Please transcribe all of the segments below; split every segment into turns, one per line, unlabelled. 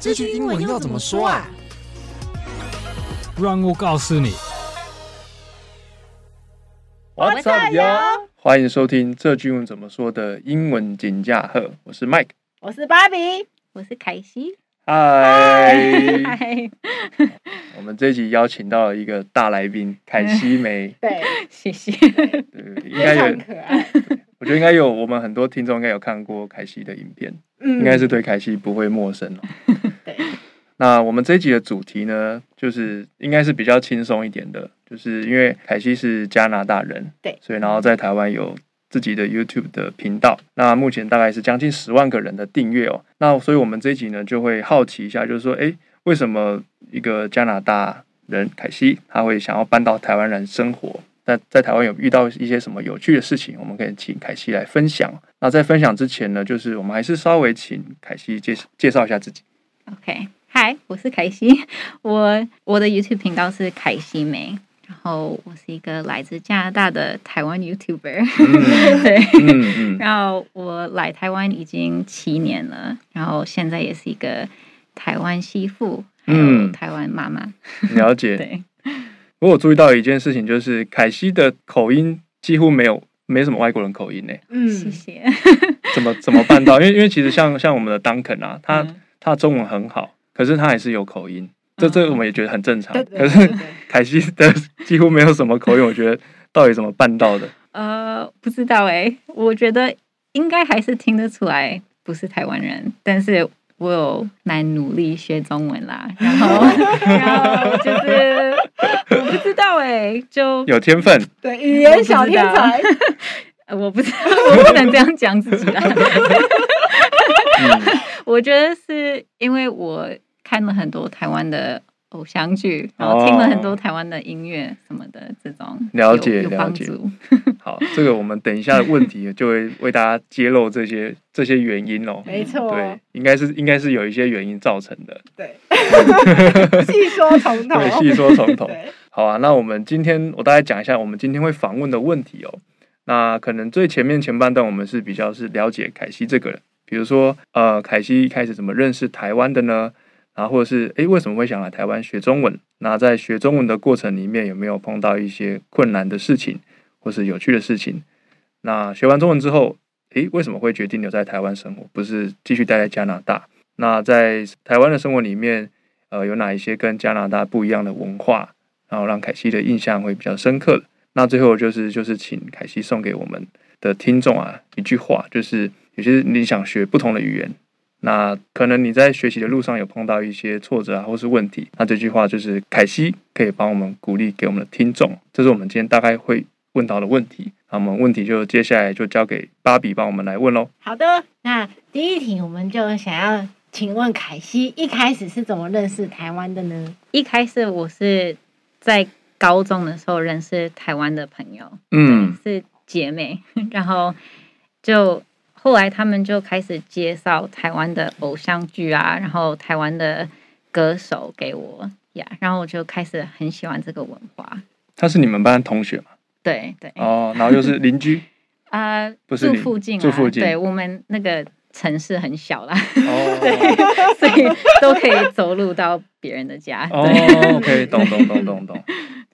这句英文要怎么说啊？
让我告诉你。
What's up, yo？欢迎收听这句用怎么说的英文简驾课，我是 Mike。
我是芭比，
我是凯西。
嗨，
嗨，
我们这集邀请到了一个大来宾凯西梅，
对，
谢谢。
对，应
非
该有
常，可爱。
我觉得应该有，我们很多听众应该有看过凯西的影片，
嗯
应该是对凯西不会陌生哦。
对，
那我们这一集的主题呢，就是应该是比较轻松一点的，就是因为凯西是加拿大人，
对
所以然后在台湾有自己的 YouTube 的频道，那目前大概是将近十万个人的订阅哦。那所以我们这一集呢，就会好奇一下，就是说，诶，为什么一个加拿大人凯西他会想要搬到台湾来生活？那在台湾有遇到一些什么有趣的事情，我们可以请凯西来分享。那在分享之前呢，就是我们还是稍微请凯西介介绍一下自己。
OK，嗨，我是凯西。我我的 YouTube 频道是凯西梅，然后我是一个来自加拿大的台湾 YouTuber。
嗯
对，
嗯嗯，
然后我来台湾已经七年了，然后现在也是一个台湾媳妇，还有
嗯
台湾妈妈。
了解。
对，
我有注意到一件事情，就是凯西的口音几乎没有没什么外国人口音呢，
谢
嗯，
谢。
怎么怎么办到？因为因为其实像像我们的 Duncan 啊，他、
嗯
他中文很好，可是他还是有口音，这这我们也觉得很正常。
嗯
可
对对对
是
对，
凯西的 几乎没有什么口音，我觉得到底怎么办到的？
呃，不知道哎、我觉得应该还是听得出来不是台湾人，但是我有来努力学中文啦，然后然后就是我不知道哎、就
有天 分，
对，语言小天才，
呃我不知道，我不能这样讲自己啦。
嗯
我觉得是因为我看了很多台湾的。偶像剧，然后
哦
听了很多台湾的音乐什么的，这种
了
有
解
有
了
帮
解
助。
好，这个我们等一下的问题就会为大家揭露这些 这些原因哦。
没错，
对，应该是应该是有一些原因造成的。
对， 细说从头，
对，细说从 头。
对，
好啊，那我们今天我大概讲一下我们今天会访问的问题哦。那可能最前面前半段我们是比较是了解凯西这个人，比如说呃，凯西一开始怎么认识台湾的呢？然后或者是诶，为什么会想来台湾学中文？那在学中文的过程里面有没有碰到一些困难的事情，或是有趣的事情？那学完中文之后，诶，为什么会决定留在台湾生活，不是继续待在加拿大？那在台湾的生活里面，呃，有哪一些跟加拿大不一样的文化？然后让凯西的印象会比较深刻的。那最后就是就是请凯西送给我们的听众啊一句话，就是有些你想学不同的语言，那可能你在学习的路上有碰到一些挫折啊或是问题，那这句话就是凯西可以帮我们鼓励给我们的听众，这是我们今天大概会问到的问题。那我们问题就接下来就交给芭比帮我们来问喽。
好的，
那第一题，我们就想要请问凯西，一开始是怎么认识台湾的呢？
一开始我是在高中的时候认识台湾的朋友，
嗯
是姐妹，然后就后来他们就开始介绍台湾的偶像剧啊，然后台湾的歌手给我呀然后我就开始很喜欢这个文化。
他是你们班的同学嘛？
对对，
哦，然后又是邻居
啊，
不是
住
你
附近、啊，
住附近
对我们那个城市很小啦，
哦
所以都可以走路到别人的家。
哦
对
，OK，懂懂懂懂懂，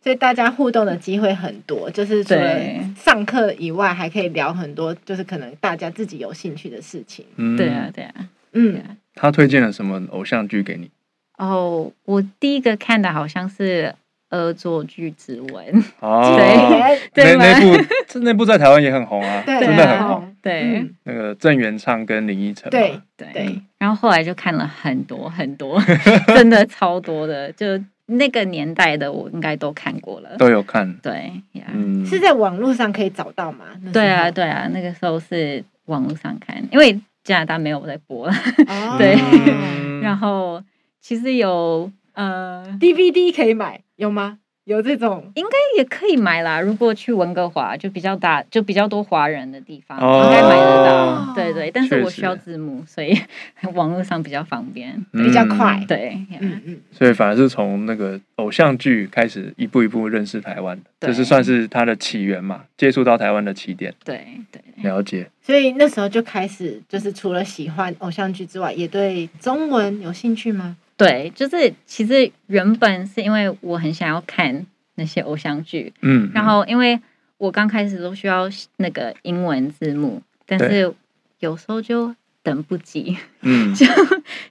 所以大家互动的机会很多，就是除了
对
上课以外，还可以聊很多，就是可能大家自己有兴趣的事情。
嗯，
对啊，对啊。
嗯，
他推荐了什么偶像剧给你？
哦，我第一个看的好像是《恶作剧之吻》，
哦，
对
那那
对吗
部 这那部在台湾也很红啊，
对
真的
啊
很红。
对、
嗯
那个郑元畅跟林依晨嘛，
对
对
对
然后后来就看了很多很多， 真的超多的，就那个年代的我应该都看过了。
都有看。
对呀
嗯，
是在网络上可以找到吗？那时候
对啊，，对啊，那个时候是网络上看，因为加拿大没有在播 了。
哦
对
嗯
然后其实有呃，呃
DVD 可以买有吗？
有这种
应该也可以买啦。如果去温哥华，就比较大，就比较多华人的地方，
哦
应该买得
哦
到。对对，但是
确
我
实
需要字幕，所以 网络上比较方便。
比较快
嗯
对，yeah，
嗯嗯，
所以反而是从那个偶像剧开始，一步一步认识台湾的，
对
这是算是它的起源嘛，接触到台湾的起点，
对对
了解。
所以那时候就开始，就是除了喜欢偶像剧之外，也对中文有兴趣吗？
对，就是其实原本是因为我很想要看那些偶像剧，
嗯，
然后因为我刚开始都需要那个英文字幕，但是有时候就等不及，
嗯，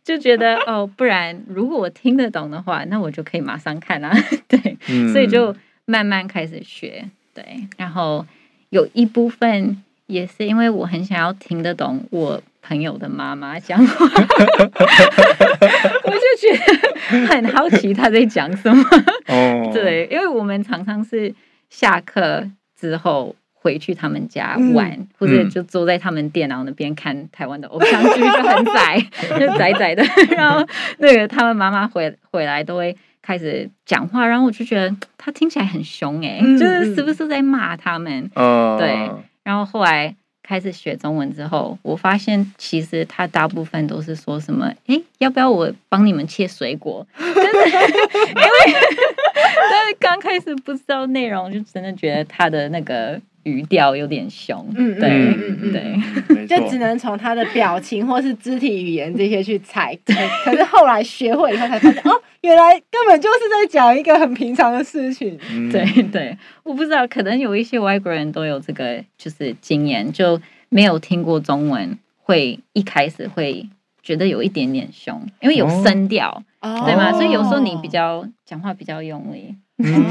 就觉得哦，不然如果我听得懂的话，那我就可以马上看啊。 对，
嗯
所以就慢慢开始学。对，然后有一部分也是因为我很想要听得懂我朋友的妈妈讲话， 我就觉得很好奇她在讲什么。
哦，，
对，因为我们常常是下课之后回去他们家
嗯
玩，或者
嗯
就坐在他们电脑那边看台湾的偶像剧，就很宅， 就宅宅的。然后那个他们妈妈回回来都会开始讲话，然后我就觉得他听起来很凶哎、
嗯
就是是不是在骂他们？
哦，
对然后后来开始学中文之后，我发现其实他大部分都是说什么，诶，要不要我帮你们切水果？ 但是因为但是刚开始不知道内容，就真的觉得他的那个语调有点凶。
嗯
对、
嗯
嗯嗯
对，
没
就只
错，
能从他的表情或是肢体语言这些去 猜。可可是后来学会以后才发现，哦，原来根本就是在讲一个很平常的事情。
嗯
对对，我不知道，可能有一些外国人都有这个就是经验，就没有听过中文，会一开始会觉得有一点点凶，因为有
哦
声调，
哦
对吗？所以有时候你比较讲话比较用力，
嗯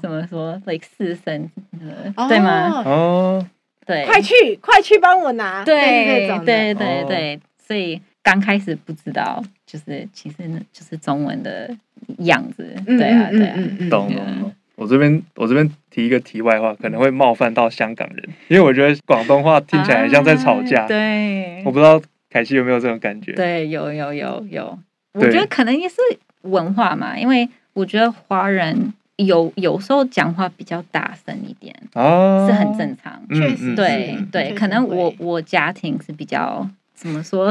怎么说，like 四声，呃
哦
对吗？？
哦，
对，
快去，快去帮我拿，类似这
对
种的
的
对对对，所以刚开始不知道，就是其实呢，就是中文的样子，
嗯
对啊
嗯
对啊，
嗯嗯嗯
懂
嗯
懂懂。我这边我这边提一个题外话，可能会冒犯到香港人，因为我觉得广东话听起来很像在吵架。
啊对
我，不知道凯西有没有这种感觉？
对，有有有有，我
对
觉得可能也是文化嘛，因为我觉得华人有有时候讲话比较大声一点，
啊，
是
哦
很正常，
嗯，
确实
嗯
对
嗯确
对，
实
可能
会
我我家庭是比较怎么说，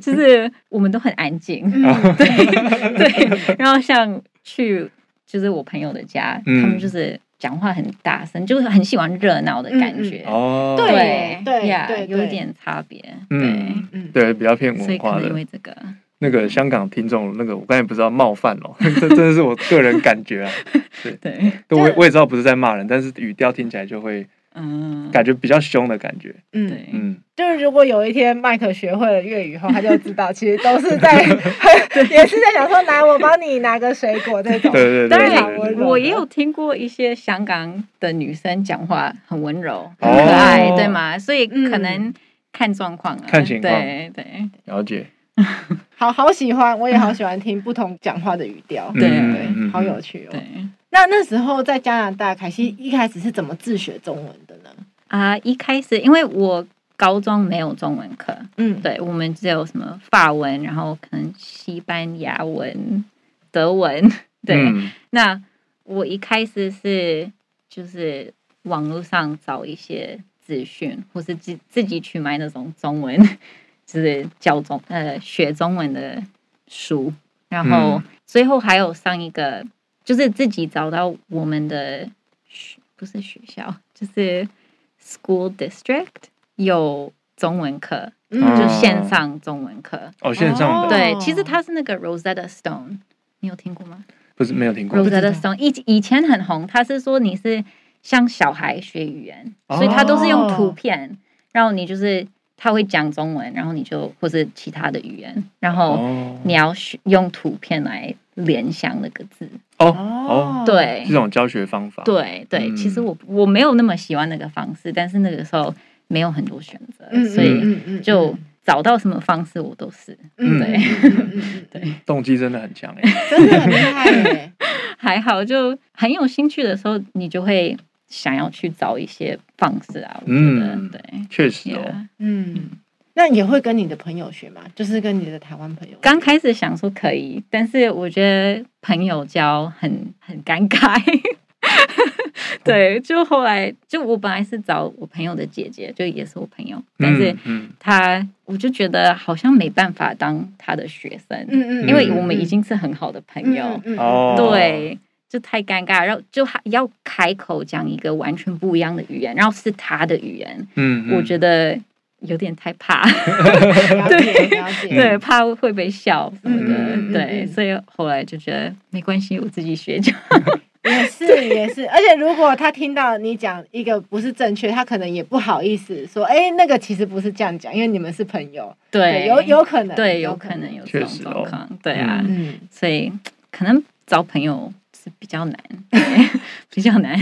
就是我们都很安静，
嗯
对对。然后像去就是我朋友的家，他
嗯
们就是讲话很大声，就是很喜欢热闹的感觉。
哦，
对
对
对
呀
对
有
对
一点差别，
嗯
嗯，
对，比较偏
对，所以
文
可
化
能因为
的。
这个，
那个香港听众，那个我刚才不知道冒犯哦， 这真的是我个人感觉啊。
对，
对我也我也知道不是在骂人，但是语调听起来就会
嗯，
感觉比较凶的感觉。
嗯，
对，
嗯，
就是如果有一天麦克学会了粤语后，他就知道其实都是在， 也是在讲说，来我帮你拿个水果这
对。
种
嗯对对
当
对
然
对
我
对，对
我也有听过一些香港的女生讲话很温柔、
哦
很可爱，对吗？所以
嗯
可能看状况啊，
看情况
对对
了解。
好好喜欢，我也好喜欢听不同讲话的语调，
对
嗯
对
嗯嗯，
好有趣哦。
对
那那时候在加拿大，凯西一开始是怎么自学中文的呢？
啊！一开始因为我高中没有中文课，
嗯，
对我们只有什么法文，然后可能西班牙文、德文，对，
嗯
那我一开始是就是网络上找一些资讯，或是自自己去买那种中文，就是教中呃学中文的书，然后最后还有上一个，就是自己找到我们的学不是学校，就是 school district 有中文课，
嗯
就线上中文课。
哦，线上的
哦
对，其实它是那个 Rosetta Stone，你有听过吗？
不是没有听过
Rosetta Stone 以以前很红，他是说你是像小孩学语言，
哦
所以他都是用图片，然后你就是他会讲中文，然后你就或是其他的语言，然后
哦
你要学用图片来联想那个字。
哦哦，
对
这种教学方法。
对对，
嗯
其实我我没有那么喜欢那个方式，但是那个时候没有很多选择，
嗯
所以
嗯嗯
就找到什么方式我都是。
嗯
对，
动机真的很 强哎。
真的很厉害耶，
还好，就很有兴趣的时候，你就会想要去找一些方式啊。我觉得、
嗯
对。
确实
y
哦，
嗯，
那也会跟你的朋友学吗？就是跟你的台湾朋友？
刚开始想说可以，但是我觉得朋友交很很尴尬。 对，就后来就我本来是找我朋友的姐姐，就也是我朋友，但是
嗯嗯
她我就觉得好像没办法当她的学生，
嗯
因为我们已经是很好的朋友，
嗯嗯嗯
哦，
对，就太尴尬，然后就还要开口讲一个完全不一样的语言，然后是她的语言，
嗯，嗯
我觉得有点太怕。
了解了解，
对，怕会被笑什么的，
嗯嗯嗯
对，
嗯
所以后来就觉得没关系，我自己 学就好。
也是也是，而且如果他听到你讲一个不是正确，他可能也不好意思说，哎、那个其实不是这样讲，因为你们是朋友，对，有有可能，
对，有可能有这
确
种
实
状
哦
况，对啊，
嗯，
所以可能找朋友是比较难， 比较难，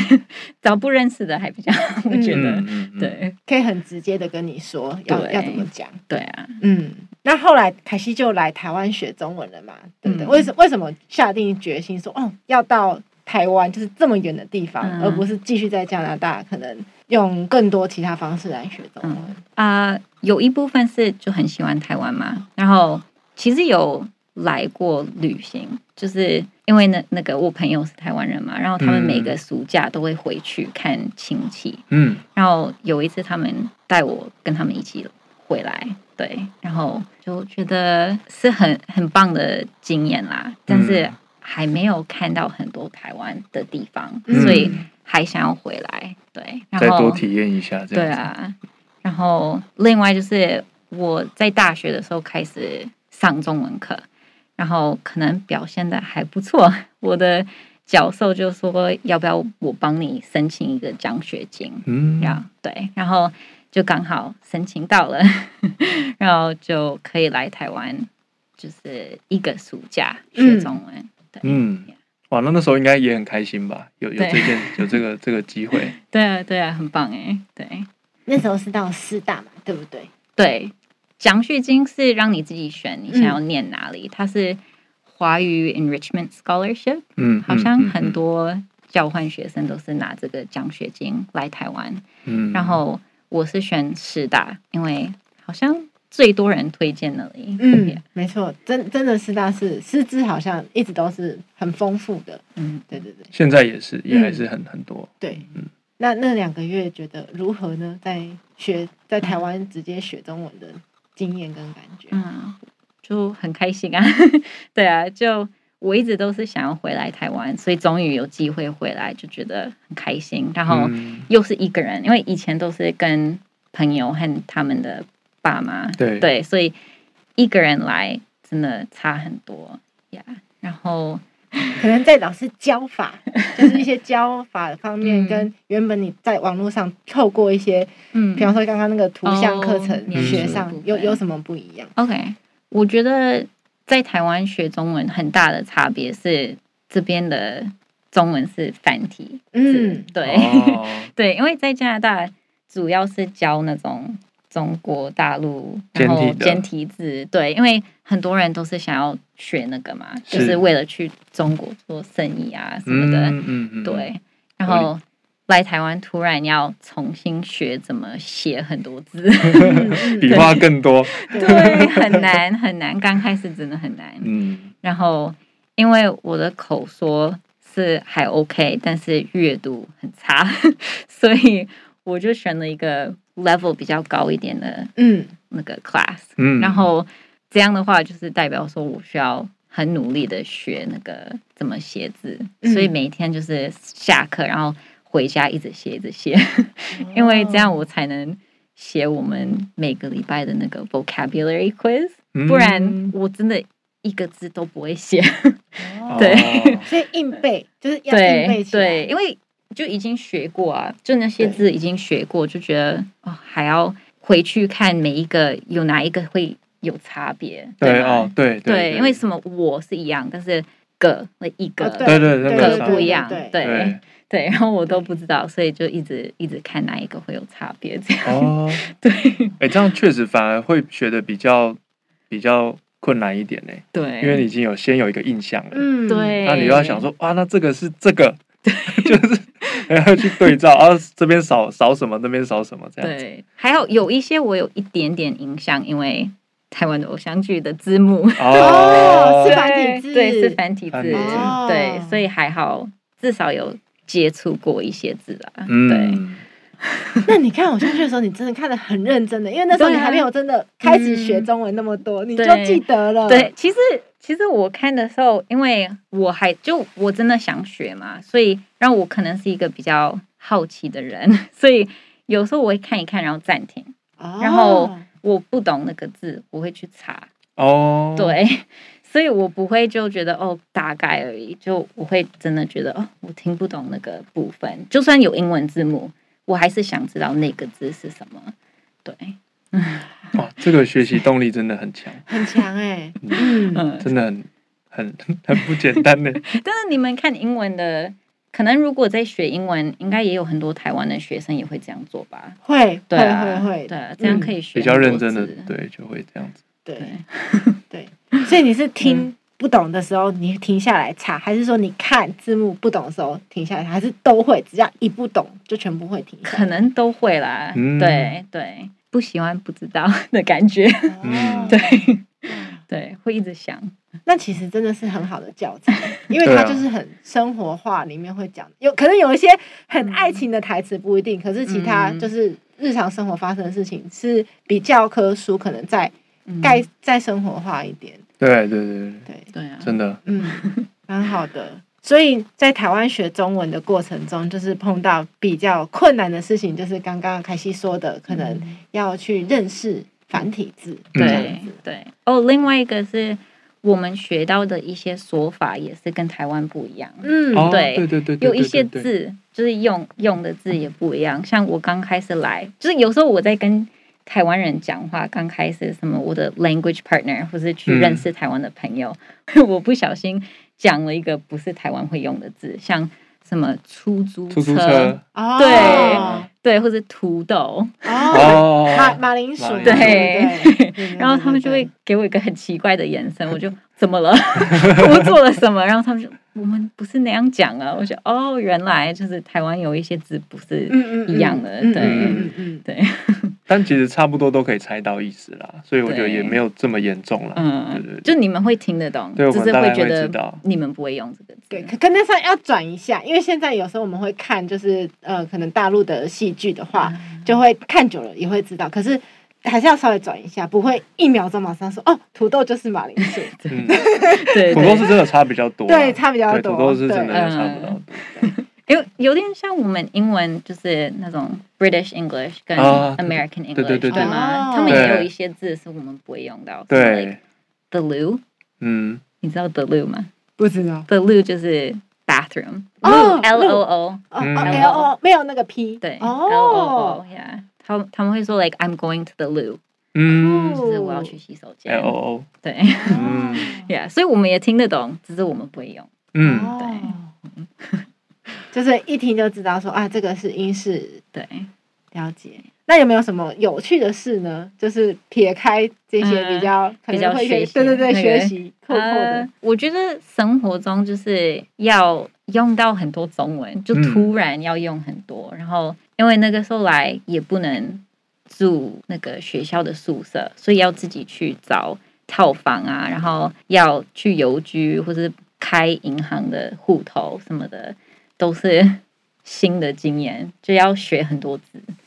找不认识的还比较，我觉
嗯
得，
嗯嗯
对
可以很直接的跟你说要
对
要怎么讲，
对啊，
嗯。那后来凯西就来台湾学中文了嘛，对不对？
嗯
为什为什么下定决心说，哦，要到台湾就是这么远的地方，
嗯
而不是继续在加拿大，可能用更多其他方式来学中文？
啊、有一部分是就很喜欢台湾嘛，然后其实有来过旅行，就是因为那那个我朋友是台湾人嘛，然后他们
嗯
每个暑假都会回去看亲戚，
嗯
然后有一次他们带我跟他们一起回来，对，然后就觉得是很很棒的经验啦，但
嗯
是还没有看到很多台湾的地方，
嗯
所以还想要回来，对，然
再
后
多体验一下，这
对
样子，
啊，然后另外就是我在大学的时候开始上中文课，然后可能表现的还不错，我的教授就说要不要我帮你申请一个奖学金，
嗯，
然后对，然后就刚好申请到了， 然后就可以来台湾，就是一个暑假学中文。对，
嗯，哇，那那时候应该也很开心吧？有有
对
这件有这 个这个机会，
对啊，对啊，很棒哎，对
那时候是到师大嘛，对不对？
对，奖学金是让你自己选你想要念哪里，它是华语 enrichment scholarship，
嗯，
好像
嗯嗯
很多交换学生都是拿这个奖学金来台湾。
嗯，
然后我是选师大，因为好像最多人推荐那里。
嗯，没错，真真的师大是师资好像一直都是很丰富的，
嗯，
对对对
现在也是也还是很很多，
对。
嗯
那那两个月觉得如何呢？在学在台湾直接学中文的经验跟感觉，
嗯，就很开心啊。 对啊，就我一直都是想要回来台湾，所以终于有机会回来，就觉得很开心。然后
嗯
又是一个人，因为以前都是跟朋友和他们的爸妈，
对
对，所以一个人来真的差很多呀。然后
可能在老师教法， 就是一些教法方面，
嗯
跟原本你在网络上透过一些，
嗯
比方说刚刚那个图像课程
哦
嗯
学上
嗯嗯，
有有什么不一样？
OK，我觉得在台湾学中文很大的差别是这边的中文是繁体字
嗯，
对、
哦
对，因为在加拿大主要是教那种中国大陆
简
然
体的
后简体字，对，因为很多人都是想要学那个嘛，
是
就是为了去中国做生意啊 什么的，
嗯嗯嗯，
对，然
合理
后。来台湾突然要重新学怎么写很多字，
嗯，笔画更多，
对，很难很难，刚开始真的很难。
嗯
然后因为我的口说是还 OK，但是阅读很差， 所以我就选了一个 level 比较高一点的
嗯，
那个 class。
嗯，
然后这样的话，就是代表说我需要很努力的学那个怎么写字，
嗯
所以每天就是下课，然后回家一直写一直写，因为这
哦
样我才能写我们每个礼拜的那个 vocabulary quiz，
嗯
不然我真的一个字都不会写。对
哦
所以硬背就是要硬背
对
起来，
对，因为就已经学过啊，就那些字已经学过，就觉得哦，还要回去看每一个有哪一个会有差别，
对
吗
哦，对
对，因为
么？
什么我是一样，但是个那一个、
哦
对对对
个
对
不一样，
对
对
对
对然后我都不知道，所以就一直一直看哪一个会有差别，这 样、
哦，
对
哎，这样确实反而会学的比较比较困难一点呢，
对，
因为你已经有先有一个印象了，
嗯，
对，
那你又要想说，哇，那这个是这个，就是然后去对照，啊，这边少少什么，那边少什么，这样子。
对，还有有一些我有一点点影响，因为台湾的偶像剧的字幕，
哦是
对
繁体字
对，是繁体字，
繁体字
哦
对，所以还好，至少有接触过一些字啦，对。
嗯，
那你看偶像剧的时候，你真的看得很认真的，因为那时候你
对啊
还没有真的开始学中文那么多，你就
对
记得了。
对，其实其实我看的时候，因为我还就我真的想学嘛，所以让我可能是一个比较好奇的人，所以有时候我会看一看，然后暂停。
哦，
然后我不懂那个字，我会去查，
哦，，
对，所以我不会就觉得哦大概而已，就我会真的觉得哦我听不懂那个部分，就算有英文字幕，我还是想知道那个字是什么。对，
哇，这个学习动力真的很 强，
很强哎、
嗯，
真的很很很不简单 呢。
但是你们看英文的，可能如果在学英文，应该也有很多台湾的学生也会这样做吧？
会
对
会
啊，
会会，
对啊，这样
嗯
可以学
比较
很多
认真的
字，
对，就会这样子。
对
对嗯
对，所以你是听不懂的时候你停下来查，还是说你看字幕不懂的时候停下来查，还是都会？只要一不懂就全部会停下
可能都会啦。
嗯
对对，不喜欢不知道 的感觉。
来？
嗯
哦
对。对，会一直想。
那其实真的是很好的教 材，因为
对
它
啊
就是很生活化，里面会讲有可能有一些很爱情的台词不一定，可是其他
嗯
就是日常生活发生的事情是比教科书可能再
嗯
再再生活化一点，
对对对对，对
对，
对啊，
真的，
嗯，蛮好的。所以在台湾学中文的过程中，就是碰到比较困难的事情，就是刚刚凯西说的，可能
嗯
要去认识繁体字，
嗯
这样
对
子
对。哦，另外一个是我们学到的一些说法也是跟台湾不一样。
嗯，
哦，
对
对对对，对
有一些，
对对对
字就是用用的字也不一样，像我刚开始来，就是有时候我在跟台湾人讲话，刚开始什么我的 language partner 或是去
嗯
认识台湾的朋友， 我不小心讲了一个不是台湾会用的字，像什么出租车，
出租车，
哦，
对对，或者土豆，
哦，马
哦，
马铃薯
马，铃薯
对，对
然后他们就会，给我一个很奇怪的眼 神，我就怎么了？ 我做了什么？然后他们就我们不是那样讲啊，我就哦，原来就是台湾有一些字不是
对对嗯嗯嗯，
一样的
嗯
对
嗯嗯嗯
对，
但其实差不多都可以猜到意思啦，所以我觉得
对
也没有这么严重啦。对对
嗯，
对
就你们会听得懂，
对
只
我
是
们大概
觉
会知
得
道
你们不会用这个字。
对，可跟得上要转一下，因为现在有时候我们会看，就是呃，可能大陆的戏剧的话，就会看久了也会知道，可是还是要稍微转一下，不会一秒钟马上说哦，土豆就是马铃薯，
嗯，
对，
土
对
豆是真的差比较多啦，
对差比较
对
多
土豆是真的
对
差不多。
有有点像我们英文就是那种 British English 跟
啊
American
对
English，
对对对
吗？
哦
他们也有
对
一些字是我们不会用到，
对，
，the loo，
嗯，
你知道 the loo 吗
不知道
？the loo 就是 bathroom，
哦
l
loo
o o，
哦
嗯
哦 L O 没有那个 P，
对
哦，
，L-O-O，yeah，他们他们会说 like I'm going to the loo，
嗯
就是我要去洗手间。
，L O O，
对
哦
嗯
，yeah，所以我们也听得懂，只是我们不会用。哦
嗯，
对， 就是一听就知道说啊，这个是英式
对，
了解。那有没有什么有趣的事呢？就是撇开这些比较、可
嗯比较
能会
学习
对对对，
那个
学习 扣扣的
呃，我觉得生活中就是要用到很多中文，就突然要用很多，然后因为那个时候来也不能住那个学校的宿舍，所以要自己去找套房啊，然后要去邮局或是开银行的户头什么的，都是新的经验，就要学很多字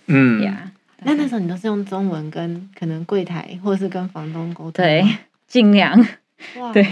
嗯，
呀。
那那时候你都是用中文跟可能柜台或是跟房东沟通吗，
对，尽量。
哇，
对，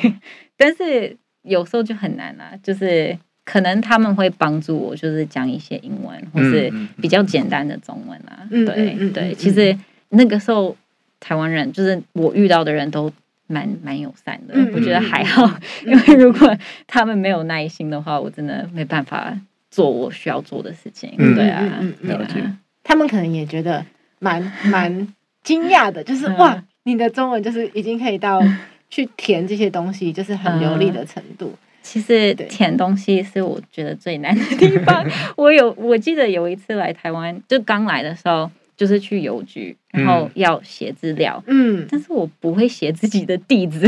但是有时候就很难啊，就是可能他们会帮助我，就是讲一些英文或是
嗯嗯嗯
比较简单的中文啊。
嗯
对
嗯嗯
对，
嗯
其实那个时候台湾人就是我遇到的人都。蛮蛮友善的，
嗯
我觉得
嗯
还好，因为如果他们没有耐心的话，我真的没办法做我需要做的事情。
嗯
对啊，
嗯嗯嗯
对
了解
啊，
他们可能也觉得 蛮蛮惊讶的，就是
嗯
哇，你的中文就是已经可以到去填这些东西，就是很流利的程度。
其实
对
填东西是我觉得最难的地 方。我有，我记得有一次来台湾，就刚来的时候，就是去邮局，然后要写资料，
嗯，
但是我不会写自己的地址，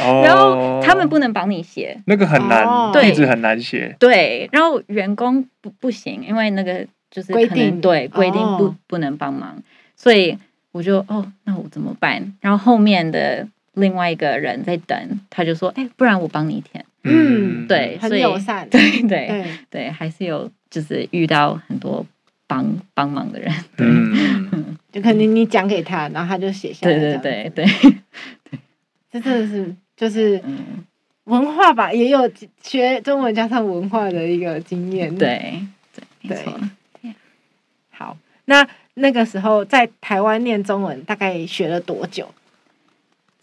哦
然后他们不能帮你写，
那个很
哦
难，
对
地址很难写，
对，然后员工不不行，因为那个就是
规
可能
定
对规定不、
哦
不能帮忙，所以我就哦，那我怎么办？然后后面的另外一个人在等，他就说，哎，不然我帮你填。
嗯
对，所
很
以
友善
对对
对，
对，还是有就是遇到很多帮帮忙的人，
嗯，
就可能你讲给他，然后他就写下来。
对对
这样，
对对，
这真的是就是
嗯，
文化吧，也有学中文加上文化的一个经验。，
对对，没
对
错。
好，那那个时候在台湾念中文大概学了多久？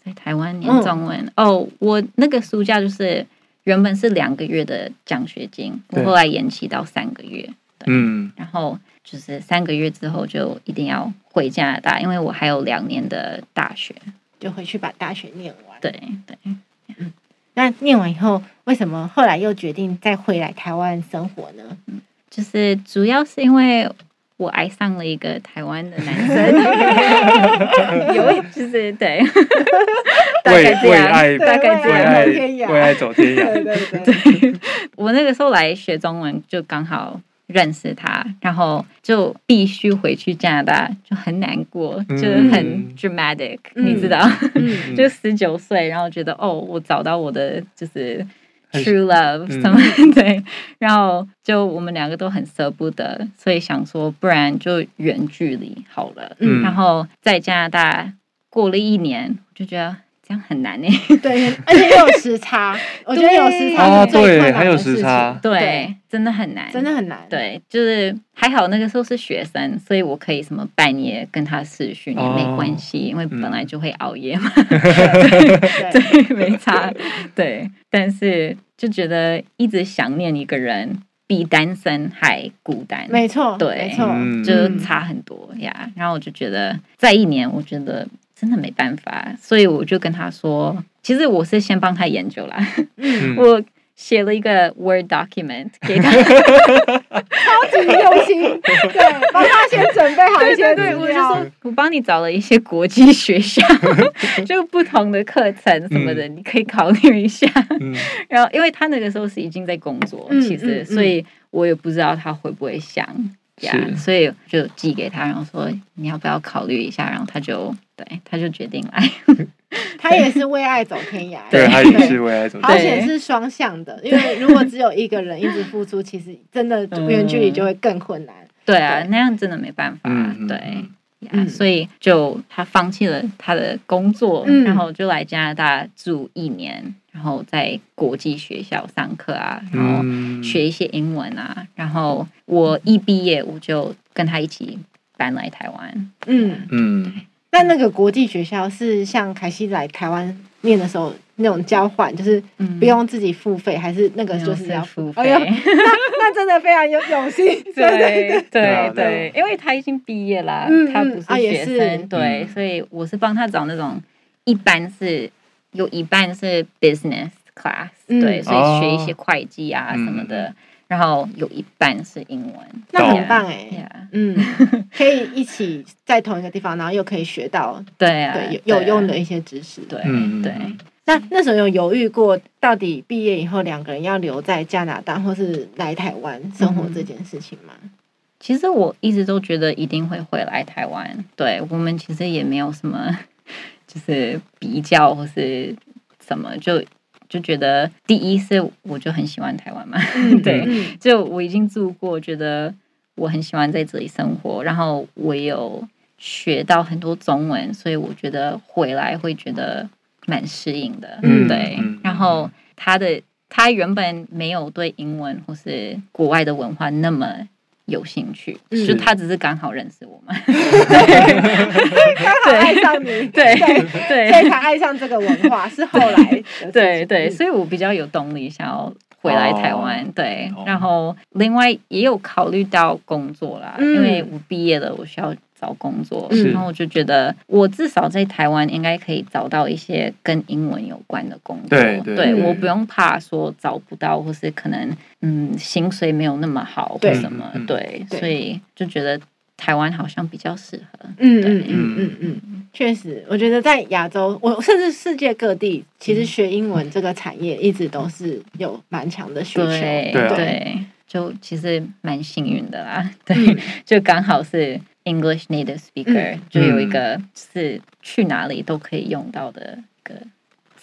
在台湾念中文、哦，我那个暑假就是原本是两个月的奖学金，我
对
后来延期到三个月，
嗯，
然后就是三个月之后就一定要回加拿大，因为我还有两年的大学。
就回去把大学念完。
对对，
那念完以后，为什么后来又决定再回来台湾生活呢？
就是主要是因为我爱上了一个台湾的 男生，有就是对，大
为
概这
为
样
爱
大概这
为
样。
爱
走天涯
为爱走天涯，
对对，
我那个时候来学中文，就刚好认识他，然后就必须回去加拿大，就很难过，
嗯
就是很 dramatic，、
嗯
你知道，
嗯，
就十九岁，然后觉得哦，我找到我的就是
很
true love
嗯
什么、 对，然后就我们两个都很舍不得，所以想说，不然就远距离好了。
嗯
然后在加拿大过了一年，我就觉得这样很难欸诶、
对，而且又有时差，我觉得有时差
哦，
是最困
对，
难
还有
的事
时
情，
差，
对，真的很难，
真的很难。，
对，就是还好那个时候是学生，所以我可以什么半夜跟他视讯也没关系，因为本来就会熬夜嘛，对， 没差。对，但是就觉得一直想念一个人比单身还孤单，
没错，
对
没错，
嗯
就差很多呀。然后我就觉得再一年，我觉得真的没办法，所以我就跟他说，其实我是先帮他研究啦，
嗯
我写了一个 Word document 给他。
超级用心，对，帮他先准备好一些
对，
资
我就
料
说，我帮你找了一些国际学校， 就不同的课程什么的，你可以考虑一下。
嗯
然后，因为他那个时候是已经在工作，
嗯
其
嗯
实，
嗯
所以我也不知道他会不会想呀
是
所以就寄给他，然后说你要不要考虑一下，然后他就对，他就决定来。
他也是为爱走天涯，
对，他也是为爱走
而
天
且
对
是双向的，因为如果只有一个人一直付出，其实真的
嗯
远距离就会更困难。
对啊，
对
那样真的没办法，
嗯嗯
对。
嗯
呀
嗯
所以就他放弃了他的工作，
嗯
然后就来加拿大住一年，然后在国际学校上课啊，
嗯
然
嗯
后
涯，
学一些英文啊。然后我一毕业，我就跟他一起搬来台湾。
嗯，
嗯，
那那个国际学校是像凯西来台湾念的时候那种交换，就是
嗯
不用自己付费，还是那个
没有
就是
是
要
付
哎呦
费，
那真的非常有用心， 真的
对
啊
对
对
对，因为他已经毕业啦
嗯，
他不
嗯啊也
学生
是，
对
嗯，
所以我是帮他找那种一般是有一半是 business class，
嗯
对，所
哦
以学一些会计啊什么的，然后有一半是英文，
那
懂
很棒哎、
呀，
嗯，可以一起在同一个地方，然后又可以学到
对啊，
对有有用
的，
的一些知识。
对
嗯
对。
那那时候有犹豫过，到底毕业以后两个人要留在加拿大或是来台湾生活这件事情吗？
其实我一直都觉得一定会回来台湾，对我们其实也没有什么 就是比较或是什么，就就觉得第一是我就很喜欢台湾嘛，对，
嗯
就我已经住过，觉得我很喜欢在这里生活，然后我有学到很多中文，所以我觉得回来会觉得蛮适应的，
嗯
对
嗯。
然后他的他原本没有对英文或是国外的文化那么。有兴趣，
嗯
就他只是刚好认识我们，
刚好爱上你，
对
对，所
对
以才爱上这个文 化，是后来的事情
对
嗯
对，所以我比较有动力想要回来台
哦
湾，对
懂。
然后另外也有考虑到工作啦，
嗯
因为我毕业了，我需要找工作，
是
然后我就觉得我至少在台湾应该可以找到一些跟英文有关的工作，
对对
嗯
我不用怕说找不到，或是可能嗯薪水没有那么好或
对
什么，
嗯嗯
对，
对
所以就觉得台湾好像比较适合，
嗯
对
嗯嗯嗯嗯。确实，我觉得在亚洲，我甚至世界各地，其
嗯
实学英文这个产业一直都是有蛮强的需求。
对
对啊
就其实蛮幸运的啦。 对，就刚好是 English native speaker，、
嗯
就有一个是去哪里都可以用到的一个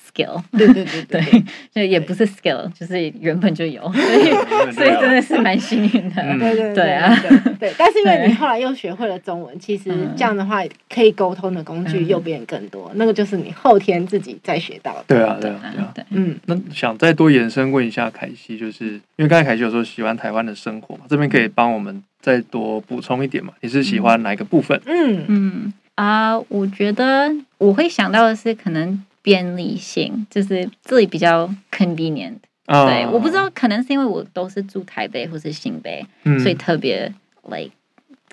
skill。
对对对
对
对，
就也不是 skill，就是原本就有， 所以 所以真的是蛮幸运的。
啊嗯
对对
对啊
对对，但是因为
对
你后来又学会了中文，其实
嗯
这样的话可以沟通的工具
嗯
又变更多，那个就是你后天自己再学到的。
对啊，对啊，对啊。
对，
嗯，
那想再多延伸问一下凯西，就是因为刚才凯西有说喜欢台湾的生活嘛，这边可以帮我们再多补充一点嘛？你是喜欢哪一个部分？
嗯
嗯啊、我觉得我会想到的是可能便利性，就是这里比较 convenient。
啊
嗯对，我不知，道，可能是因为我都是住台北或是新北，
嗯
所以特别 like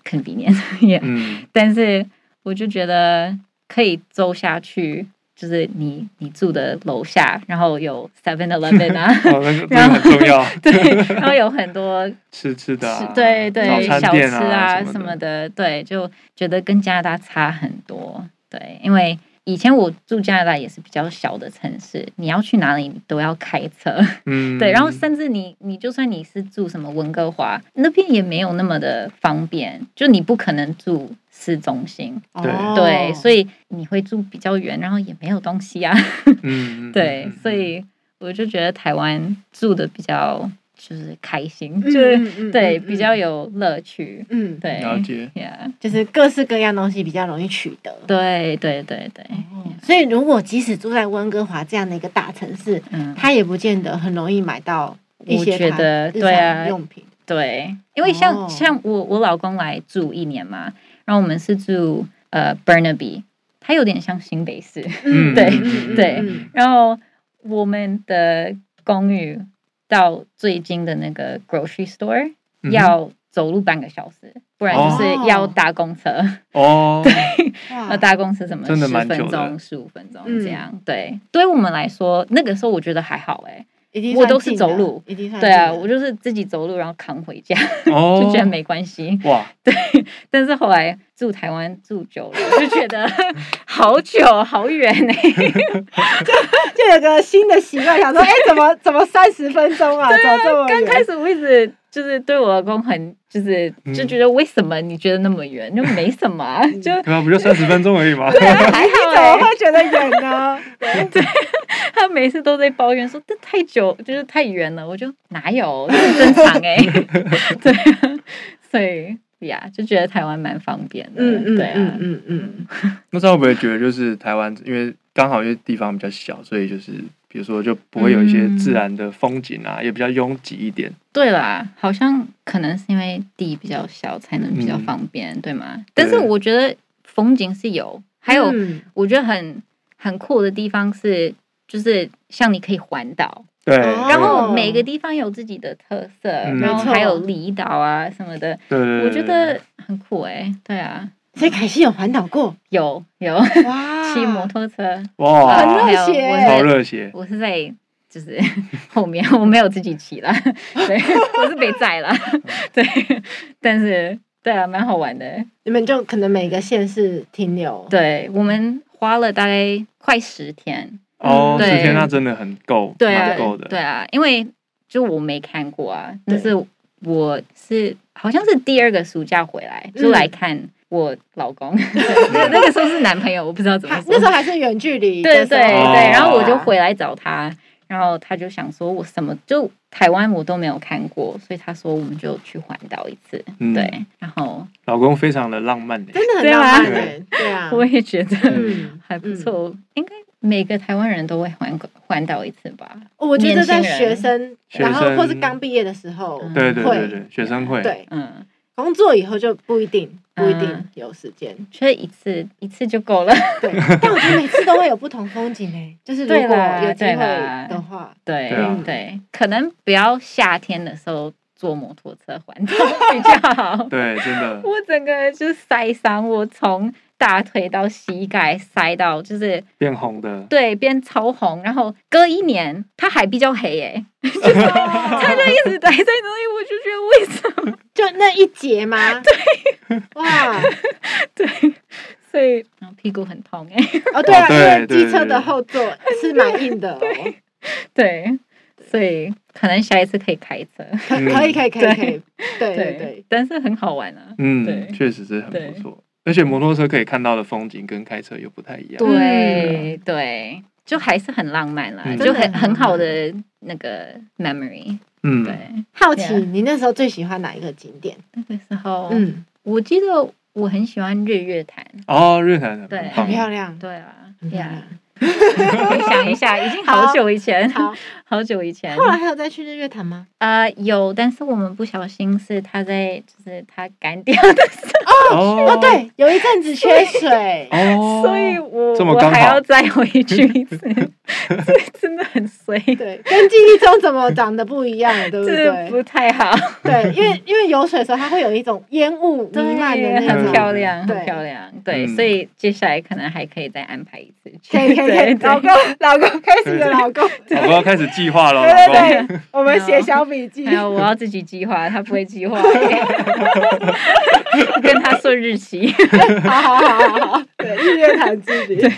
convenient yeah。
嗯，
但是我就觉得可以走下去，就是你你住的楼下，然后有 Seven Eleven 啊
哦，那个这
然
个
后
很重要，
对，然后有很多
吃吃 的啊
吃，对对
早
小
餐
吃
店
啊
什
什么
的，
的，对，就觉得跟加拿大差很多。对，因为以前我住加拿大也是比较小的城市，你要去哪里你都要开车。
嗯，
对，然后甚至你你就算你是住什么温哥华那边也没有那么的方便，就你不可能住市中心，
对
哦
对，所
以
以你会住比较远，然后也没有东 西啊，
嗯，嗯
对
嗯，
所以我就觉得台湾住的比较就是开心，就
嗯
是、
嗯嗯嗯
对
嗯
比较有乐趣，
嗯，
对，
了解
，yeah,
就是各式各样东西比较容易取得。
对对对对，
所以如果即使住在温哥华这样的一个大城市，
嗯，
他也不见得很容易买到一些
我觉
他
得
日
对啊
常用品。
对，因为像、
哦
像我我老公来住一年嘛，然后我们是住呃 Burnaby，它有点像新北市，
嗯
对
嗯
对
嗯
然后我们的公寓到最近的那个 grocery store、
嗯
要走路半个小时，不然就是要
哦
搭公车，
哦，对，
哇
要搭公车什么
真的
十
蛮久
分
的
钟、十五分钟
嗯
这样。对，对于我们来说，那个时候我觉得还好哎、
一定
我
算
都是
近的
走路
一定算
对啊，
近的
我就是自己走路然后扛回家，
哦，
就觉得没关系。
哇，
但是后来住台湾住久了，就觉得 好久好远欸呢、
就有个新的习惯，想说，哎、怎么怎么三十分钟啊，走 这么
刚
远？
开始我一直就是对我老公很就是
嗯
就觉得为什么你觉得那么远，就没什么啊、
嗯
就
对啊，不就三十分钟而已 嘛，
还
你
好
怎么
哎、
会觉得远呢？
他每次都在抱怨说这太久就是太远了，我就哪有这很正 常哎、对啊，所以呀就觉得台湾蛮方便的，对啊，
嗯嗯
那这样会不会觉得就是台湾，因为刚好因为地方比较小，所以就是比如说就不会有一些自然的风景啊，也比较拥挤一点。
对啦，好像可能是因为地比较小，才能比较
嗯
方便，对吗？但是我觉得风景是有，还有
嗯
我觉得很很酷的地方是，就是像你可以环岛，
对，
哦
然后每个地方有自己的特色，
嗯
然
没
后
错
还有离岛啊什么的，
对对，
我觉得很酷哎、对啊，
所以凯西有环岛过，
有有
哇
骑摩托车，
很
哇，
热血
还有我
超
在
热血，
我是在就是 后面，我没有自己骑啦， 对，我是被载啦， 对，但是对啊，蛮好玩的。
你们就可能每个县市停留，
对我们花了大概快十天，
哦，
嗯对
四天那真的很够，
对啊
蛮够，的，
对啊，因为就我没看过啊，但
对
是我是好像是第二个暑假回来
嗯
就来看我 老公， 那那个时候是男朋友，我不知道怎么
还
说
那时。候还是远距离的时
对对
候，
对，
哦
然后我就回来找他，然后他就想说，我什么就台湾我都没有看过，所以他说我们就去环岛一次，
嗯
对，然后
老公非常的浪漫耶
真的很
对
浪
啊
漫欸对啊，
我也觉得
嗯
还不错，应该每个台湾人都会环环岛一次吧，
我觉得在
年轻
学
人
生，
学
然后
生
或是刚毕业的时候
嗯，
对对对
会
对，学生会，
对，
嗯。
工作以后就不一定不一定
嗯
有时间，
缺一次一次就够了。
对，但我觉得每次都会有不同风景诶，就是如
对
果
啦
有机
对
会
啦
的话，
对
对啊
对，可能不要夏天的时候坐摩托车环岛 比较好。
对，真 的，
我整个就是晒伤，我从大腿到膝盖晒到，就是
变红的，
对变超红，然后隔一年它还比较黑耶、 它就一直待在那里，我就觉得为什么？
就那一节吗？对，哇，
对，所以然后屁股很痛哎、
哦，对啊，
哦对
因为
对
机车
对
的后座是蛮硬的哦，
对，所以可能下一次可以开车，
可
嗯
可以可以可以可以，对对对
对，，但是很好玩啊，
嗯，
对
确实是很
对
不错。而且摩托车可以看到的风景跟开车又不太一样。
对对，就还是很浪漫啦，
嗯
就很
真的很
很
浪漫
好的那个 memory，
嗯，
对，啊
好奇
Yeah
你那时候最喜欢哪一个景点？
那个时候，嗯，
嗯，
我记得我很喜欢日月潭，
哦，日韩很
对
棒
很漂亮，
对啊
很漂亮
呀。 回想一下，已经好久以前，
嗯好，
好久以前。
后来还有再去日月潭吗？
呃，有，但是我们不小心是他在，就是他干掉的时
哦
哦，，对，有一阵子缺水，
哦
候，，所以我
这么
我
刚
还
好
要再回去一次， 这真的很衰，
对，跟记忆中怎么长得不一样了，对不
这
对？
不太好，
对，因为因为有水的时候，它会有一种烟雾弥漫的
对，
那
很
种，
漂亮，
对
很漂亮，对，
嗯
所以接下来可能还可以再安排一次去，
可以可以可以
对，
老公
对，
老公开始了， 老公，
我们要开始计划了，老公
对对对，我们写小笔记
还。有我要自己计 划，他不会计划，我跟他说日期，
好好好好好，对，日月潭之旅，对，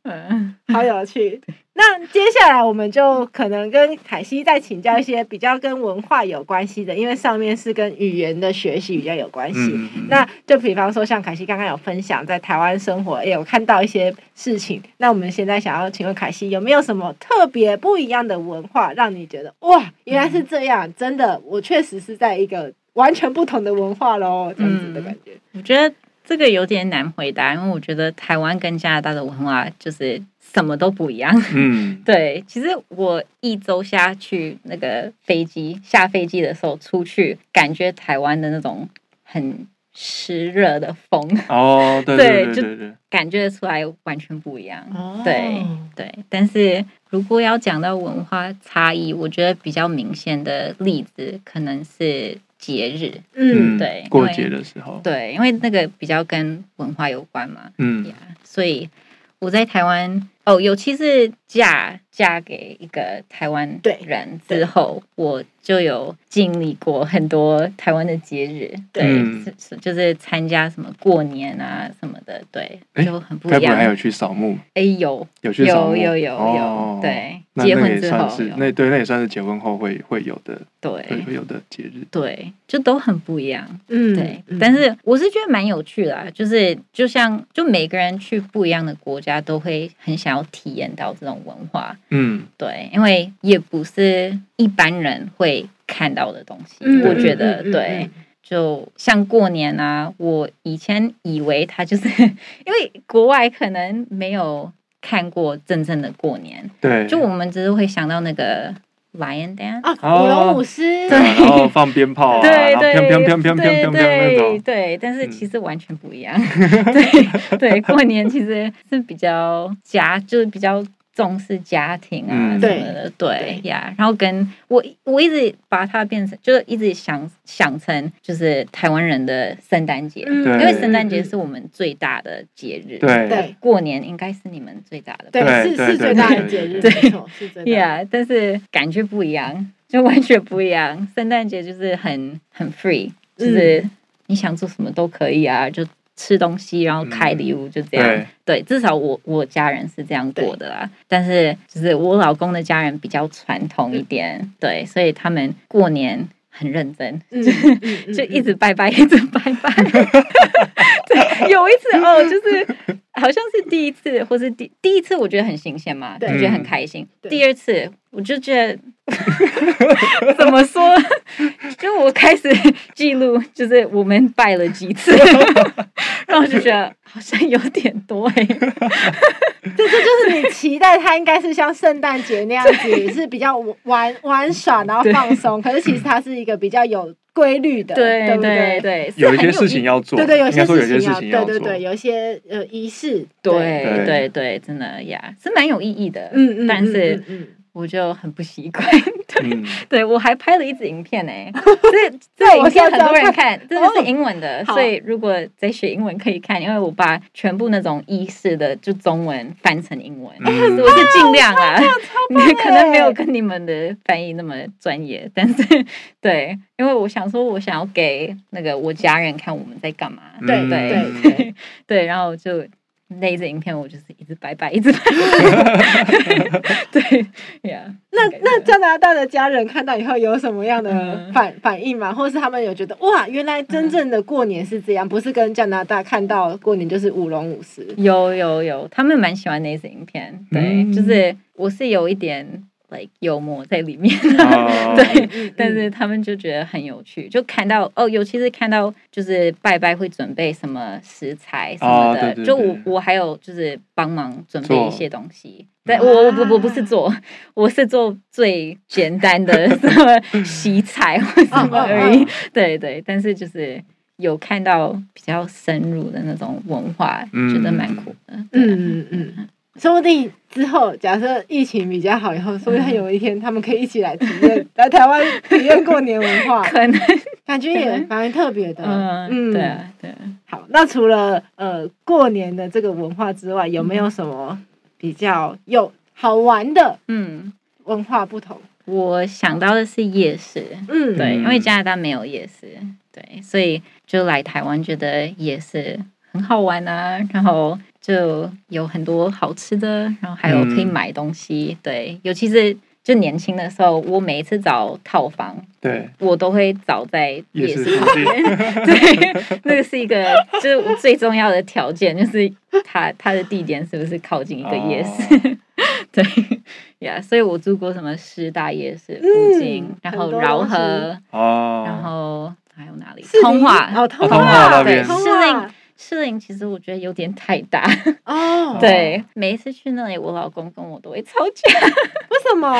嗯，
好有趣。那接下来我们就可能跟凯西再请教一些比较跟文化有关系的，因为上面是跟语言的学习比较有关系。
嗯，嗯
那就比方说，像凯西刚刚有分享在台湾生活，也有看到一些事情。那我们现在想要请问凯西，有没有什么特别不一样的文化，让你觉得哇，原来是这样？真的，我确实是在一个完全不同的文化喽，这样子的感觉。
我觉得这个有点难回答，因为我觉得台湾跟加拿大的文化就是什么都不一样。
嗯，
对，其实我一周下去那个飞机下飞机的时候出去，感觉台湾的那种很湿热的风，
哦，对
对
对
就
对对，
感觉出来完全不一样。
哦
对对，但是如果要讲到文化差异，我觉得比较明显的例子可能是节日，
嗯，
对
过
因为
节的时候，
对，因为那个比较跟文化有关嘛。
嗯
呀，所以我在台湾哦，尤其是嫁嫁给一个台湾
对
人
对
之后，我就有经历过很多台湾的节日，对，
嗯
是是就是参加什么过年啊什么的，对，
诶
就很不
该不
一
会还
样
有。去扫墓？
哎，有
有去扫墓？
有有有有
哦，，
对，
那
结
那个
婚
也
之
算
后
是
有，
那对，那也算是结婚后会会有的，会
对
会有的节日。
对，就都很不一样。
嗯
对，
嗯
但是我是觉得蛮有趣的、啊，就是就像就每个人去不一样的国家，都会很想要体验到这种文化，
嗯，
对，因为也不是一般人会看到的东西，
嗯
我觉得、
嗯嗯嗯
对。就像过年啊，我以前以为它就是 因为国外可能没有看过真正的过年，
对，
就我们只是会想到那个 lion dance，
啊，舞龙舞狮，
对啊，然后放鞭炮啊，
对
然后
对
砰砰砰砰
对
砰砰砰那
对
种。
对，但是
嗯
其实完全不一样。 对对，过年其实是比较家，就是比较重视家庭啊
嗯
什么的。对呀，然后跟我我一直把它变成，就是一直想想成就是台湾人的圣诞节，
嗯，
对
因为圣诞节
嗯
是我们最大的节日。
对
对
过年应该是你们最大的吧。
对
对
是
对对
是最
对
大的
对
节日，
对
没错，是最大的。
Yeah，但是感觉不一样，就完全不一样。圣诞节就是很很 free，就是你想做什么都可以啊，就吃东西，然后开礼物，就这样。
对
对，至少我我家人是这样过的啦。但是就是我老公的家人比较传统一点，对，所以他们过年很认真，
嗯嗯嗯嗯
就一直拜拜，一直拜拜。 对，有一次哦，就是好像是第一次，或是第第一次，我觉得很新鲜嘛，我
对
觉得
嗯
很开心。
对
第二次，我就觉得 怎么说， 就我开始记录，就是我们拜了几次， 然后我就觉得好像有点多 哎、
这这就是你期待它应该是像圣诞节那样子，是比较玩玩耍，然后放松。可是其实它是一个比较有规律的，
对
不
对对，是
有一
很
些事情
意
要做，
对对，有
应该
些
说有些事
事情
情
要，
要
对对
做，
对，有一些呃仪式，
对
对
对对，真的呀，是蛮有意义的。
嗯嗯，
但是
嗯嗯嗯
我就很不习惯。
嗯，
对我还拍了一支影 片呢、这这
我
影片
现在
很多
知道
人看，这
哦
个是英文的，
好
所以如果在学英文可以看，因为我把全部那种意式的就中文翻成英文，
嗯
所以我是尽量啦，啊可能没
欸
有跟你们的翻译那么专业，但是对，因为我想说，我想要给那个我家人看我们在干嘛，
嗯
对对
对对，
对，然后就那一支影片，我就是一直拜拜，一直拜 拜，对呀。
那
大概
那
这
加
样
拿大的家人看到以后有什么样的
嗯
反、反应吗？或是他们有觉得哇，原来真正的过年是这样，不是跟加拿大看到过年就是舞龙舞
嗯
狮。啊
有有有，他们蛮喜欢那一支影片，对，
嗯
就是我是有一点 like 幽默在 里面，
哦
对，但是他们就觉得很有趣，就看到哦，尤其是看到就是拜拜会准备什么食材什么的，
啊对对
就我
对嗯
我还有就是帮忙准备
做
一些东西。但我我不我不是做， 我是做最简单的 什么洗菜或什么而
嗯
已。对对，但是就是有看到比较深入的那种文化，
嗯
觉得蛮酷的。
嗯嗯嗯，说不定之后假设疫情比较好以后，说不定有一天他们可以一起来体验来台湾体验过年文化，
可能
感觉也蛮特别的。
嗯，对啊对啊。
好，那除了呃过年的这个文化之外，有没有什么比较有好玩的
嗯，
文化不同？
我想到的是夜市。
嗯，
对，因
嗯
为加拿大没有夜市，对，所以就来台湾觉得夜市很好玩啊，然后就有很多好吃的，然后还有可以
嗯
买东西，对，尤其是就年轻的时候，我每一次找套房，
对，
我都会找在
也
夜
是
市
附近，
对，那个是一个就是最重要的条件，就是它它的地点是不是靠近一个夜
哦
市？对呀所以我住过什么师大夜市附近，
嗯
然
很
后
多
饶
东西
河，
哦，
然后还有哪里
士？林
通化
哦，通
通化那
对，
边
通
士林
化
士林其实我觉得有点太大，
哦，
对，每一次去那里，我老公跟我都会吵架，
为什么？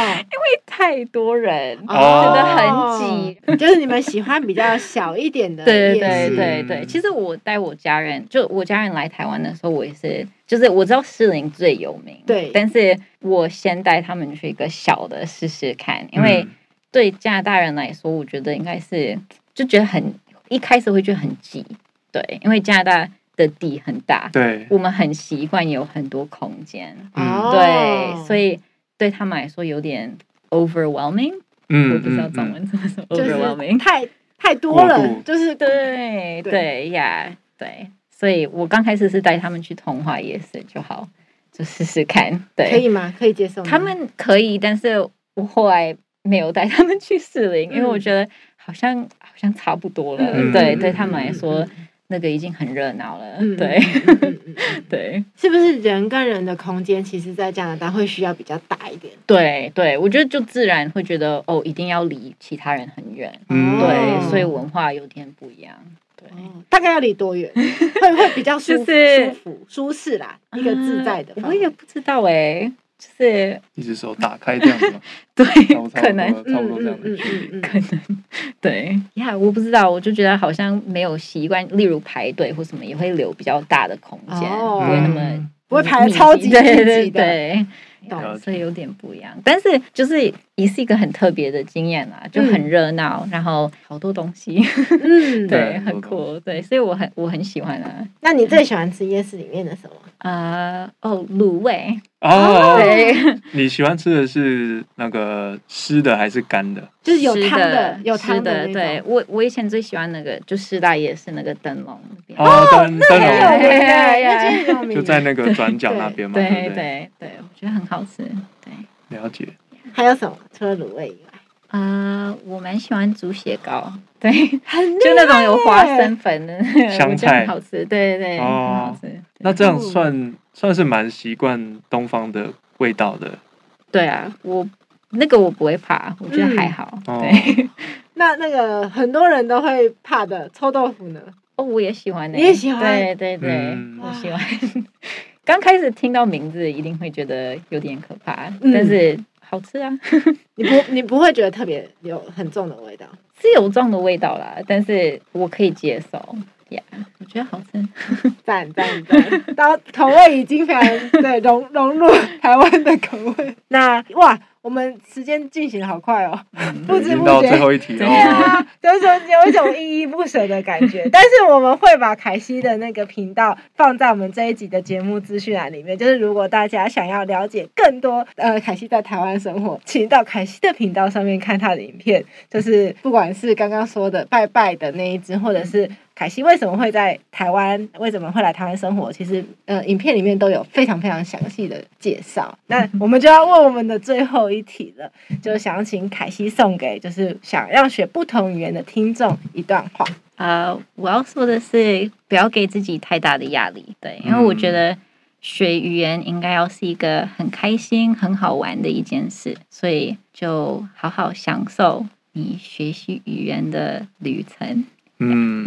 太多人，
哦
觉得很挤。
就是你们喜欢比较小一点的夜
对
市，
对
是
对对，其实我带我家人，就我家人来台湾的时候，我也是，就是我知道士林最有名，
对
但是我先带他们去一个小的试试看，因
嗯
为对加拿大人来说，我觉得应该是就觉得很一开始会觉得很挤，对，因为加拿大的地很大，
对，
我们很习惯有很多空间，
嗯
哦
对，所
以
以对他们来说有点 overwhelming，、
嗯，
我不知道
嗯
中，文怎么说
就是
overwhelming，
太太多
过
了
度，
就是
对
对
对呀，对，所以我刚开始是带他们去童话夜市就好，就试试看，
可
对，
以吗？可以接受吗？
他们可以，但是我后来没有带他们去士林，因为我
嗯
觉得好像好像差不多了，
嗯
对，
嗯
对
嗯
他们来
嗯
说。
嗯
那个已经很热闹了，
嗯
对，
嗯嗯嗯嗯
对
是不是人跟人的空间，其实在加拿大会需要比较大一点？
对对，我觉得就自然会觉得哦，一定要离其他人很远，
嗯
对，
哦
所以文化有点不一样，对，
哦，大概要离 多远？会会比较舒
就
服、
是
舒服、舒适啦，一个自在的
嗯
范
我也
围。
不知道哎，就是
一只手打开这样子 吗，
对
差不，
可能
多差不多这样的
嗯
距离，
嗯嗯嗯
可能对呀我不知道，我就觉得好像没有习惯，例如排队或什么也会留比较大的空间，
哦
嗯
不会嗯那么
不会排
嗯密
得超
集
级
对
密集的
对对，
懂
呀
了
所以有点不一样，但是就是也是一个很特别的经验啦，就很
嗯
热闹，然后好多东西，
嗯，
对，
对
很
很多东
酷，对，所以我很我很喜欢啊。
那你最喜欢吃夜市里面的什么？
啊、哦，卤味，
哦，
对，
你喜欢吃的是那个湿的还是干的？
就是有汤
是
的，有
是
汤
的，
那种
对，我我以前最喜欢那个，就师大夜市那个灯笼那边，
哦，灯灯
很
有
笼
名 的，
呀呀
那间有名
就在那个转角那边嘛，
对
对
对
不，
对我觉得很好吃，对。
了解，
还有什么？除了卤味以外，
啊、我蛮喜欢煮雪糕，对，就
很
那种有花生粉的那个，
香
我觉得
菜
很好吃，对对对，很好
哦
吃。对
那这样
嗯
算算是蛮习惯东方的味道的
对啊，我那个我不会怕，我觉得还
嗯
好。
哦
对，
那那个很多人都会怕的臭豆腐呢？
哦，我也喜欢、欸，
你也喜欢
对对对，
嗯
我喜欢。 刚开始听到名字一定会觉得有点可怕，
嗯
但是好吃啊，
你不 你不会觉得特别有很重的味道？
是有这样的味道啦，但是我可以接受。呀、我觉得好吃。
赞赞 赞！然后口味已经非常对融融入台湾的口味。那哇，我们时间进行的好快哦，不
嗯已
知
经
不
到
觉
最后一题
对
了。
哦
哦
啊
有一种有一种依依不舍的感觉。但是我们会把凯西的那个频道放在我们这一集的节目资讯栏里面，就是如果大家想要了解更多呃凯西在台湾生活，请到凯西的频道上面看他的影片，就是不管是刚刚说的拜拜的那一只，或者是。呃凯西为什么会在台湾？为什么会来台湾生活？其实，呃，影片里面都有非常非常详细的介绍。那我们就要问我们的最后一题了。就想请凯西送给就是想要学不同语言的听众一段话。
呃，我要说的是，不要给自己太大的压力，对，因为我觉得学语言应该要是一个很开心、很好玩的一件事，所以就好好享受你学习语言的旅程。
嗯，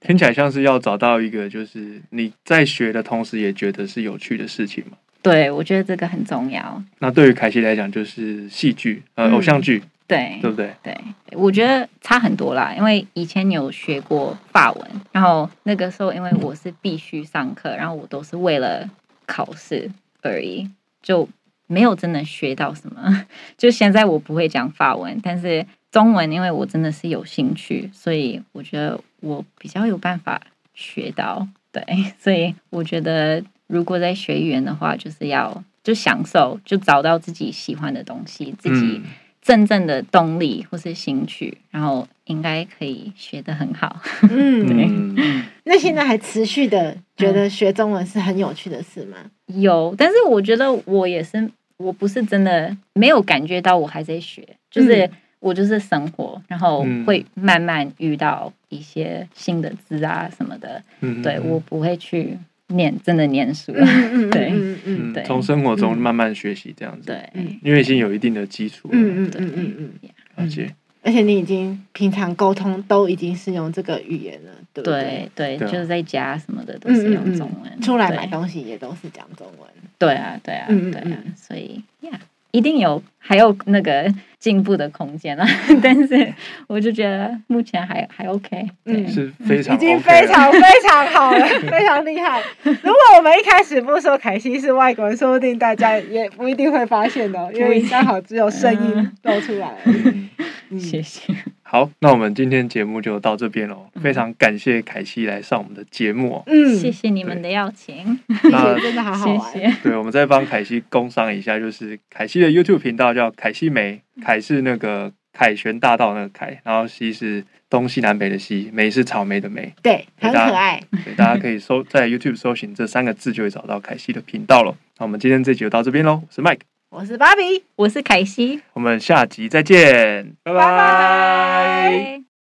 听起来像是要找到一个，就是你在学的同时也觉得是有趣的事情嘛。
对，我觉得这个很重要。
那对于凯西来讲，就是戏剧，呃，
嗯
偶像剧，
对，
对不对？
对，我觉得差很多啦，因为以前有学过法文，然后那个时候因为我是必须上课，然后我都是为了考试而已，就没有真的学到什么。 就现在我不会讲法文，但是中文因为我真的是有兴趣，所以我觉得我比较有办法学到。对， 所以我觉得如果在学语言的话，就是要就享受，就找到自己喜欢的东西，自己、
嗯
真正的动力或是兴趣，然后应该可以学得很好。
嗯，
嗯，
那现在还持续的觉得学中文是很有趣的事吗？
有，但是我觉得我也是，我不是真的没有感觉到我还在学，就是、
嗯
我就是生活，然后
嗯
会慢慢遇到一些新的字啊什么的。
嗯
对我，不会去念，真的念书了。
嗯嗯
对
嗯嗯
嗯
对，
从生活中慢慢学习这样子，
对，
嗯
因为已经有一定的基础了，
嗯嗯嗯嗯嗯，
而且
而且你已经平常沟通都已经是用这个语言了，对不对？
对对，
对啊
就是在家什么的都
嗯
是
嗯
用
嗯
中文。
出来买
对
东西也都是讲中文，
对啊，对啊，
嗯嗯
对啊
嗯，
所以呀，一定有还有那个进步的空间啦。啊 但是我就觉得目前还还 OK，对
嗯
是非常
已经
OK
非
了
常非常好 了，非常厉害。如果我们一开始不说凯西是外国人，说不定大家也不一定会发现的哦，因为刚好只有声音露出来而已。
嗯
嗯
谢谢，
好，那我们今天节目就到这边喽，非常感谢凯西来上我们的节目哦。
嗯，
谢谢你们的邀请，
那
真的好好
啊谢
玩。
谢，
对，我们再帮凯西工商一下，就是凯西的 YouTube 频道叫凯西梅，凯是那个凯旋大道那个凯，然后西是东西南北的西，梅是草莓的梅。
对，
给
很
大家
可爱。
对，大家可以搜在 YouTube 搜寻这三个字，就会找到凯西的频道了。那我们今天这集就到这边喽，我是 Mike，
我是芭比。
我是凯西，
我们下集再见，拜
拜拜
拜。